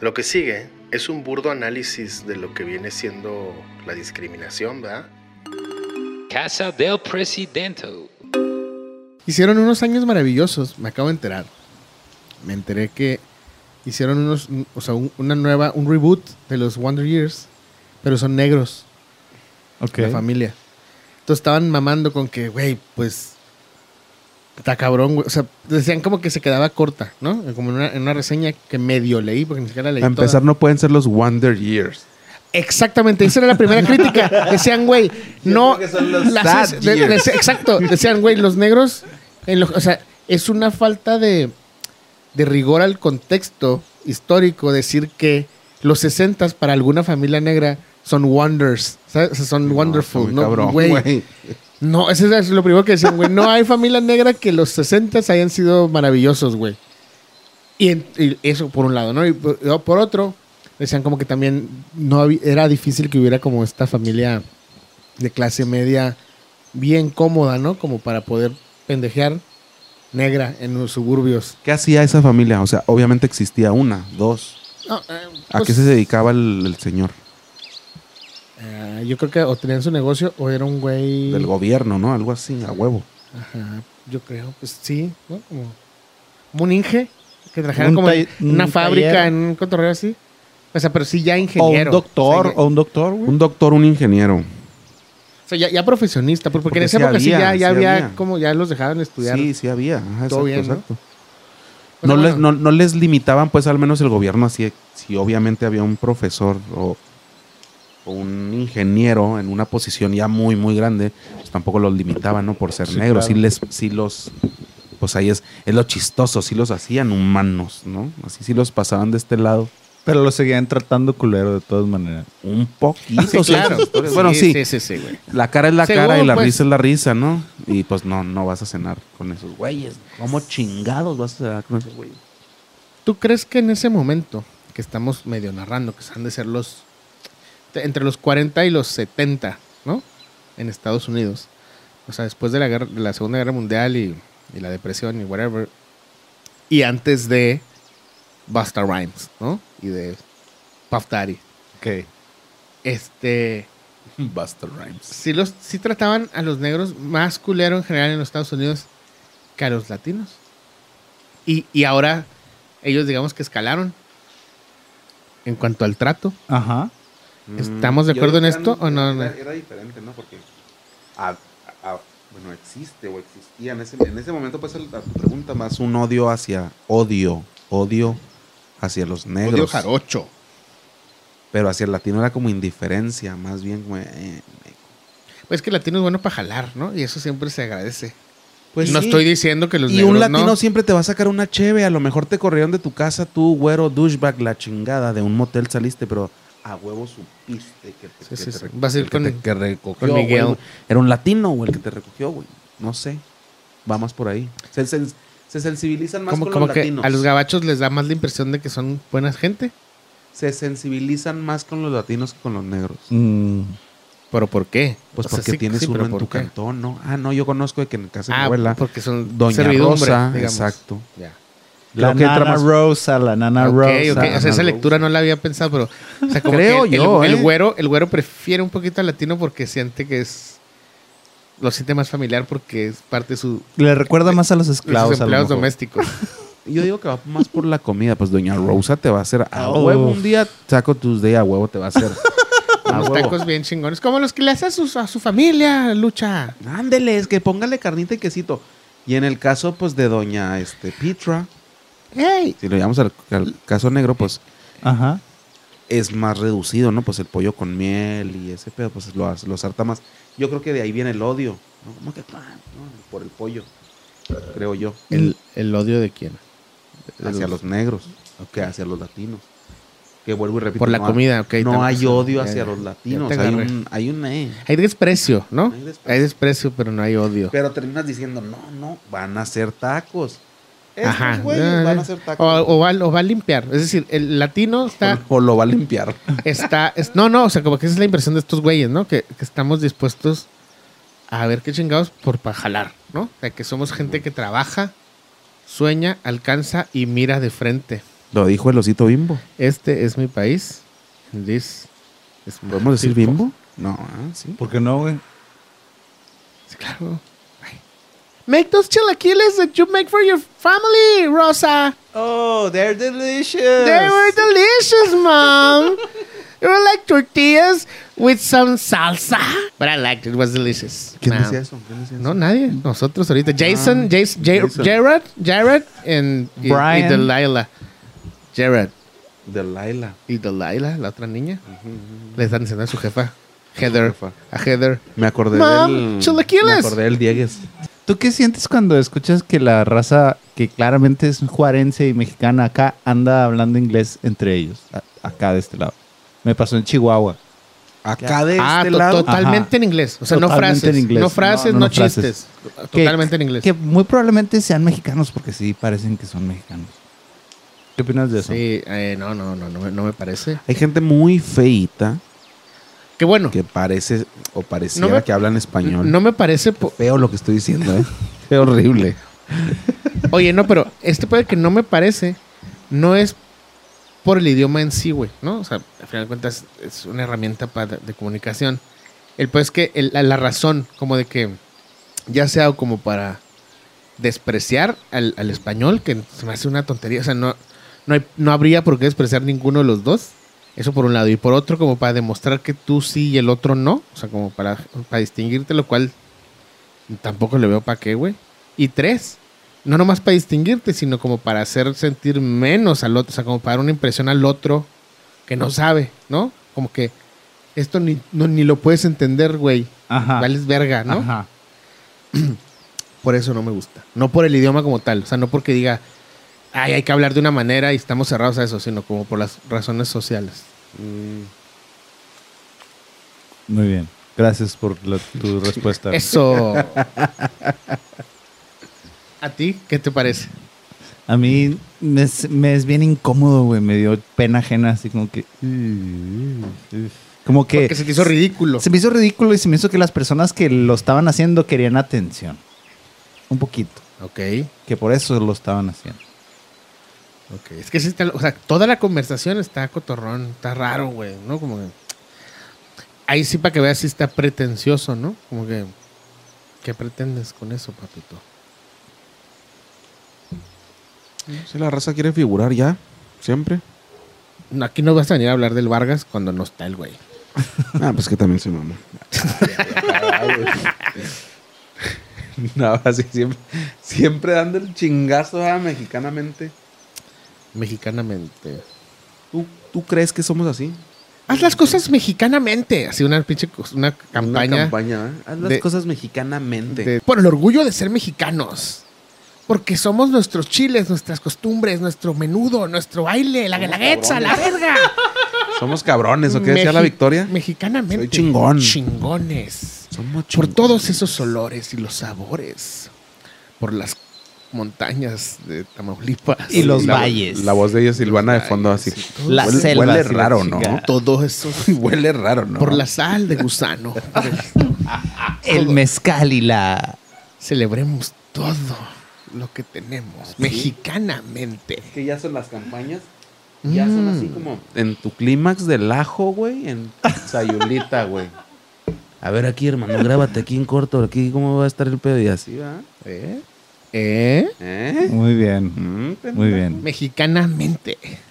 Lo que sigue es un burdo análisis de lo que viene siendo la discriminación, ¿verdad? Casa del Presidente. Hicieron unos años maravillosos, me acabo de enterar. Me enteré que hicieron unos, un- o sea, un- una nueva, un reboot de los Wonder Years, pero son negros, Ok. la familia. Entonces estaban mamando con que, güey, pues, está cabrón, güey. O sea, decían como que se quedaba corta, ¿no? Como en una, en una reseña que medio leí, porque ni siquiera la leí A toda. empezar, no pueden ser los Wonder Years. Exactamente, esa era la primera crítica. Decían, güey, no. creo que son los las- sad de- de- years. exacto, decían, güey, los negros. en lo- o sea, es una falta de, de rigor al contexto histórico decir que los 60 para alguna familia negra son wonders, ¿sabes? O sea, son está wonderful, muy ¿no? cabrón, güey. güey. No, eso es lo primero que decían, güey. No hay familia negra que los 60 hayan sido maravillosos, güey. Y, en- y eso por un lado, ¿no? Y por, y por otro, decían como que también no habí- era difícil que hubiera como esta familia de clase media bien cómoda, ¿no? Como para poder pendejear negra en los suburbios. ¿Qué hacía esa familia? O sea, obviamente existía una, dos. No, eh, ¿A pues, qué se dedicaba el, el señor? eh, yo creo que o tenían su negocio o era un güey... Del gobierno, ¿no? Algo así, a huevo. Ajá, yo creo, pues sí, ¿no? Como, como un inge, que trajeran Un como talle- en una un fábrica, taller. en un cotorreo así. O sea, pero sí ya O un ingeniero. doctor, O sea, ya, o un doctor, güey. Un doctor, un ingeniero. o sea, ya- ya profesionista, porque, Porque en esa sí época sí había, ya, ya sí había, había. como ya los dejaban estudiar. Sí, sí había. Ajá, Todo exacto, bien, ¿no? exacto. O sea, no, les, bueno, no, no les limitaban, pues al menos el gobierno, así, si obviamente había un profesor o, o un ingeniero en una posición ya muy, muy grande, pues tampoco los limitaban, ¿no? Por ser Sí, negros. Sí, claro. les, sí los. Pues ahí es, es lo chistoso, sí los hacían humanos, ¿no? Así sí los pasaban de este lado. Pero lo seguían tratando culero de todas maneras. Un poquito. Sí, o sea, claro. esas historias. Bueno, sí, Sí, sí, sí, güey. la cara es la Seguro, cara y la pues. risa es la risa, ¿no? Y pues no, no vas a cenar con esos güeyes. ¿Cómo chingados vas a cenar con esos güeyes? ¿Tú crees que en ese momento que estamos medio narrando, que han de ser los entre los 40 y los 70, ¿no? En Estados Unidos. O sea, después de la, guerra- de la Segunda Guerra Mundial y, y la depresión y whatever. Y antes de Busta Rhymes, ¿no? Y de Puff Daddy. Ok. Este, Buster Rhymes. sí, los, sí trataban a los negros más culero en general en los Estados Unidos que a los latinos. Y, y ahora ellos digamos que escalaron en cuanto al trato. Ajá. ¿Estamos de acuerdo en esto o no? Era, era diferente, ¿no? Porque a- a- bueno, existe o existía en ese, en ese momento, pues el- la pregunta más un odio hacia odio, odio hacia los negros. Odio jarocho. Pero hacia el latino era como indiferencia, más bien como, eh, me- Pues que el latino es bueno para jalar, ¿no? Y eso siempre se agradece. Pues no sí. estoy diciendo que los y negros un latino no. siempre te va a sacar una cheve. A lo mejor te corrieron de tu casa, tú, güero, douchebag, la chingada. De un motel saliste, pero a huevo supiste que te, Sí, que sí, te sí. reco- Vas a ir que te- con- que recogió, con Miguel. güey. Era un latino, güey, el que te recogió, güey. No sé. Va más por ahí. Se, se- se sensibilizan más Como, con como los que latinos. a los gabachos les da más la impresión de que son buena gente. Se sensibilizan más con los latinos que con los negros. Mm. ¿Pero por qué? Pues O sea, porque sí- tienes sí, uno pero en ¿por tu qué? cantón, ¿no? Ah, no, yo conozco de que en casa de mi Ah, abuela. porque son Doña servidumbre, Rosa, digamos. exacto. Ya. La Creo que entra nana más- Rosa, la nana Ok, Rosa. ok. O sea, esa Rosa. lectura no la había pensado, pero. o sea, como Creo que el, yo, el, ¿eh? güero, el güero prefiere un poquito al latino porque siente que es. Lo siente más familiar porque es parte de, su, Le recuerda más a los de sus esclavos. a lo empleados mejor. domésticos. Yo digo que va más por la comida. Pues Ah. Doña Rosa te va a hacer a Oh. huevo un día, Taco Tuesday a huevo te va a hacer. a Unos huevo. tacos bien chingones. Como los que le hace a su, a su familia, Lucha. Ándele, es que póngale carnita y quesito. Y en el caso, pues, de Doña este, Pitra, ¡Ey! si lo llamamos al, al caso negro, pues Ajá. es más reducido, ¿no? Pues el pollo con miel y ese pedo, pues lo, as- lo sarta más. Yo creo que de ahí viene el odio, ¿no? Como que, ah, no, por el pollo, creo yo, ¿El, odio de quién? hacia los negros, que hacia los latinos. Que vuelvo y repito. Por la no ha- comida, ok. No también. hay odio Ya, hacia ya, los ya latinos. te Hay agarré. un, hay un eh. Hay desprecio, ¿no? Hay desprecio. Hay desprecio, pero no hay odio. Pero terminas diciendo, no, no, van a ser tacos. Estos Ajá. güeyes van a ser tacos. O, o va, o va a limpiar. Es decir, el latino está. O lo va a limpiar. está es- no, no, o sea, como que esa es la impresión de estos güeyes, ¿no? Que, que estamos dispuestos a ver qué chingados por para jalar, ¿no? O sea, que somos gente que trabaja, sueña, alcanza y mira de frente. Lo dijo el osito bimbo. Este es mi país. This is my ¿Podemos decir people. bimbo? No, ah, sí. ¿Por qué no, güey? Sí, Claro. Make those chilaquiles that you make for your family, Rosa. Oh, they're delicious. They were delicious, mom. They were like tortillas with some salsa. But I liked it. It was delicious. ¿Quién Mom. decía eso? ¿Quién decía No, eso? nadie. Nosotros ahorita. Jason, Jason, Jason. Jared, Jared, and, y, y Brian. Delilah. Jared Delilah. y Delilah, la otra niña. Le están diciendo a su jefa. Heather. jefa. A Heather. Me acordé Mom, del... chilaquiles. Me acordé del Diegues. ¿Tú qué sientes cuando escuchas que la raza que claramente es juarense y mexicana acá anda hablando inglés entre ellos? A- acá de este lado. Me pasó en Chihuahua. Acá de ah, este to- lado... totalmente Ajá. en inglés. O sea, no Totalmente frases. en inglés. No frases, no, No, no, no chistes. frases. Que- Totalmente en inglés. Que muy probablemente sean mexicanos porque sí parecen que son mexicanos. ¿Qué opinas de eso? Sí, eh, no, no, no, no, me- no me parece. Hay gente muy feíta Qué bueno. que parece o pareciera No me- que hablan español. No me parece. po- Feo lo que estoy diciendo, ¿eh? Qué horrible. Oye, no, pero este puede que no me parece, no es por el idioma en sí, güey, ¿no? O sea, al final de cuentas es una herramienta pa- de comunicación. El pues que el- la, la razón, como de que ya sea como para despreciar al, al español, que se me hace una tontería, o sea, no, no, hay- no habría por qué despreciar ninguno de los dos. Eso por un lado. Y por otro, como para demostrar que tú sí y el otro no. O sea, como para, para distinguirte, lo cual tampoco le veo para qué, güey. Y tres, no nomás para distinguirte, sino como para hacer sentir menos al otro, o sea, como para dar una impresión al otro que no sabe, ¿no? Como que esto ni, no- ni lo puedes entender, güey. Ajá. Vales verga, ¿no? Ajá. Por eso no me gusta. No por el idioma como tal, o sea, no porque diga, ay, hay que hablar de una manera y estamos cerrados a eso, sino como por las razones sociales. Muy bien. Gracias por la- tu respuesta. Eso. ¿A ti qué te parece? A mí me es, me es bien incómodo, güey. Me dio pena ajena, así como que. Como que. Porque se te hizo ridículo. Se me hizo ridículo y se me hizo que las personas que lo estaban haciendo querían atención. Un poquito. Ok, Que por eso lo estaban haciendo. ok. Es que sí está- o sea, toda la conversación está cotorrón, está raro, güey, ¿no? Como que... Ahí sí para que veas si está pretencioso, ¿no? Como que... ¿Qué pretendes con eso, papito? Si la raza quiere figurar ya, siempre. No, aquí no vas a venir a hablar del Vargas cuando no está el güey. Ah, pues que también soy mamá. no, así siempre, siempre dando el chingazo ah, mexicanamente. Mexicanamente. ¿Tú, ¿Tú crees que somos así? Haz las cosas mexicanamente. Así una pinche... cos- Una campaña. Una campaña ¿eh? Haz las de- cosas mexicanamente. de- por el orgullo de ser mexicanos. Porque somos nuestros chiles, nuestras costumbres, nuestro menudo, nuestro baile, la guelaguetza, la verga. Somos cabrones, ¿o qué decía Mexi- la Victoria? Mexicanamente. Soy chingón. Chingones. Somos Por chingones. todos esos olores y los sabores. Por las montañas de Tamaulipas. Y los La- valles. La voz de ella Silvana de fondo así. La huele, selva, huele sí, la raro, ¿no? chingada. Todo eso. huele raro, ¿no? Por la sal de gusano. El mezcal y la. Celebremos todo lo que tenemos mexicanamente. que ya son las campañas. ya son así Mm. como. En tu clímax del ajo, güey. En Sayulita, güey. A ver aquí, hermano, grábate aquí en corto. Aquí, ¿cómo va a estar el pedo? Y así, ¿va? ¿Eh? ¿Eh? ¿Eh? Muy bien. Mm, pendejo. Muy bien. Mexicanamente.